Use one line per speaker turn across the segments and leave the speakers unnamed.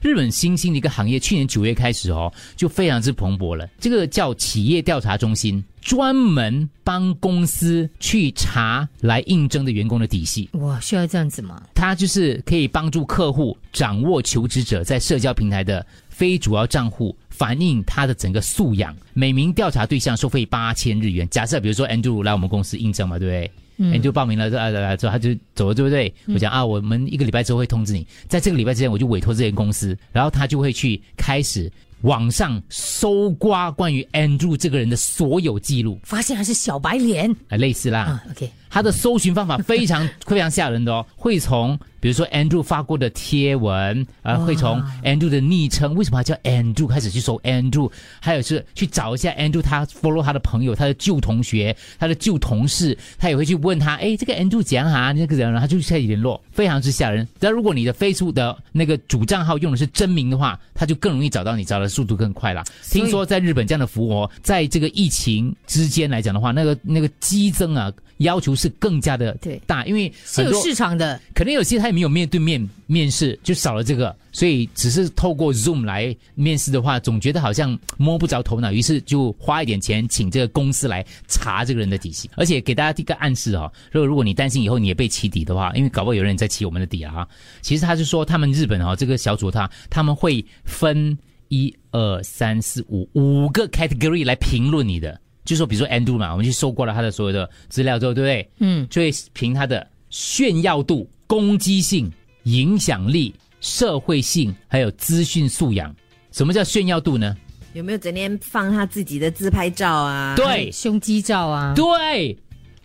日本新兴的一个行业，去年九月开始哦，就非常之蓬勃了。这个叫企业调查中心，专门帮公司去查来应征的员工的底细。
哇，需要这样子吗？
它就是可以帮助客户掌握求职者在社交平台的非主要账户，反映他的整个素养。每名调查对象收费八千日元。假设比如说 Andrew 来我们公司应征嘛，对不对？
嗯哎
你嗯哎就报名了，来来来之后他就走了，对不对？我讲啊，我们一个礼拜之后会通知你，在这个礼拜之前我就委托这间公司，然后他就会去开始网上搜刮关于 Andrew 这个人的所有记录，
发现还是小白脸
啊，类似啦。
啊？OK，
他的搜寻方法非常非常吓人的哦，会从比如说 Andrew 发过的贴文，呃，
哇
会从 Andrew 的昵称，为什么他叫 Andrew 开始去搜 Andrew，还有是去找一下 Andrew 他 follow 他的朋友、他的旧同学、他的旧同事，他也会去问他，哎，这个 Andrew 怎样啊？那个人，然后他就开始联络，非常之吓人。但如果你的 Facebook 的那个主账号用的是真名的话，他就更容易找到你，找的速度更快啦。
以
听说在日本这样的服务、哦，在这个疫情之间来讲的话，那个那个激增啊，要求是更加的
对
大，因为
是
很
有
多
市场的。
可能有些他也没有面对面面试，就少了这个，所以只是透过 Zoom 来面试的话，总觉得好像摸不着头脑，于是就花一点钱请这个公司来查这个人的底细。而且给大家一个暗示哦，如果如果你担心以后你也被起底的话，因为搞不好有人在起我们的底啊，其实他是说他们日本哦这个小组他他们会分一二三四五五个 category 来评论你的。就说比如说 Andrew 嘛，我们去搜过了他的所有的资料之后，对不对？就会凭他的炫耀度、攻击性、影响力、社会性，还有资讯素养。什么叫炫耀度呢？
有没有整天放他自己的自拍照啊？
对
胸肌照啊，
对，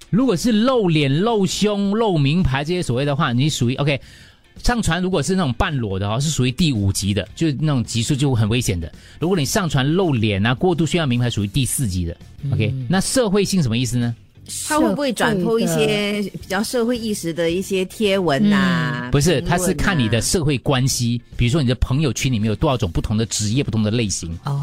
如果是露脸、露胸、露名牌这些所谓的话，你属于 OK。上传如果是那种半裸的哦，是属于第五级的，就是那种级数就很危险的。如果你上传露脸啊、过度炫耀名牌，属于第四级的。OK，、那社会性什么意思呢？
他会不会转
社
播
会
一
的嗯
些比较社会意识的一些贴文呐、啊
不是，
评论
他是看你的
啊
社会关系，比如说你的朋友圈里面有多少种不同的职业、不同的类型。
哦，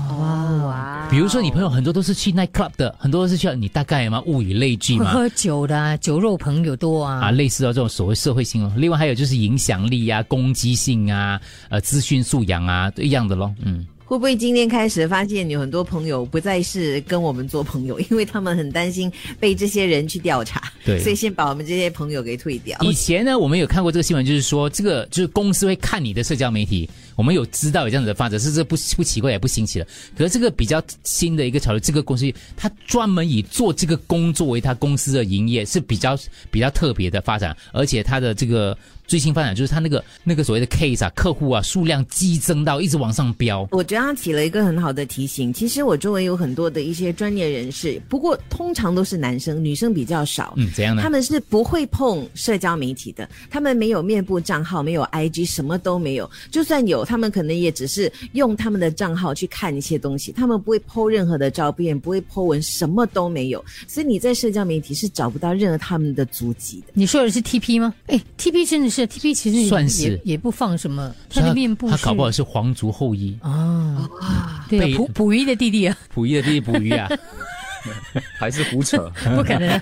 哇
比如说，你朋友很多都是去 night club 的，很多都是去你大概嘛，物以类聚
会
嘛，
喝酒的啊，酒肉朋友多
啊，
啊，
类似到这种所谓社会性哦。另外还有就是影响力啊、攻击性啊、呃、资讯素养啊，一样的咯。嗯，
会不会今天开始发现有很多朋友不再是跟我们做朋友，因为他们很担心被这些人去调查，
对
所以先把我们这些朋友给退掉。
以前呢，我们有看过这个新闻，就是说这个就是公司会看你的社交媒体，我们有知道有这样子的发展，是这不不奇怪也不新奇了。可是这个比较新的一个潮流，这个公司它专门以做这个工作为它公司的营业是比较比较特别的发展，而且它的这个最新发展就是它那个那个所谓的 case 啊，客户啊数量激增到一直往上飙。
我觉得他起了一个很好的提醒。其实我周围有很多的一些专业人士，不过通常都是男生，女生比较少。
嗯，怎样呢
他？们是不会碰社交媒体的，他们没有面部账号，没有 IG，什么都没有。就算有，他们可能也只是用他们的账号去看一些东西，他们不会 PO 任何的照片，不会 PO 文，什么都没有。所以你在社交媒体是找不到任何他们的足迹的。
你说的是 TP 吗？哎，TP 真的是 TP，其实也
算是
也也不放什么，他的面部
他
是
搞不好是皇族后裔，
啊，
被
对，溥溥仪的弟 弟啊，
溥仪的弟弟溥仪啊。
还是胡扯。
不可能，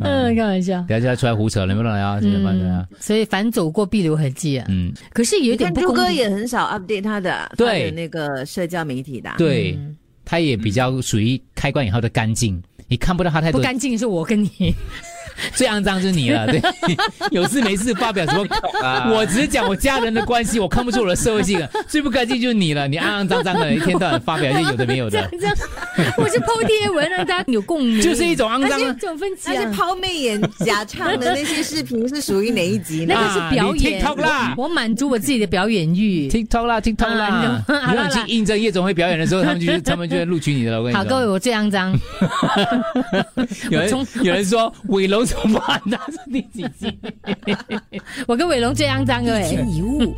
嗯，开玩笑。嗯
等一下出来胡扯，能不能啊？怎么办？怎么样？
所以反走过必留痕迹啊，
嗯，
可是有
你
点
看
不
朱
公
哥
平。
也很少 update 他的
对
他的那个社交媒体的、啊。
对，他也比较属于开关以后的干净，你看不到他太
不
多。
干净是我跟你，
最肮脏就是你 了，对， 有事没事发表什么？我只是讲我家人的关系，我看不出我的社会性 啊。最不干净就是你了，你肮肮脏脏的，一天到晚发表一些有的没有
这
的
样，这样，我是剖贴文让大家有共鸣，
就是一种肮
它
脏
是一
啊。
种分歧
那些
啊。
抛媚眼、假唱的那些视频是属于哪一 集呢？
那个是表演，
啊你 TikTok 啦
我我满足我自己的表演欲。
TikTok 啦，TikTok 啦
啊，你懂
如果你去应征夜总会表演的时候，他们就他们就会录取你的了。我跟你
好，各位，
说，
我最肮脏，
有人
我从
有人说伟龙 怎么办？他是第几季？
我跟伟龙最肮脏，各位。
遗物。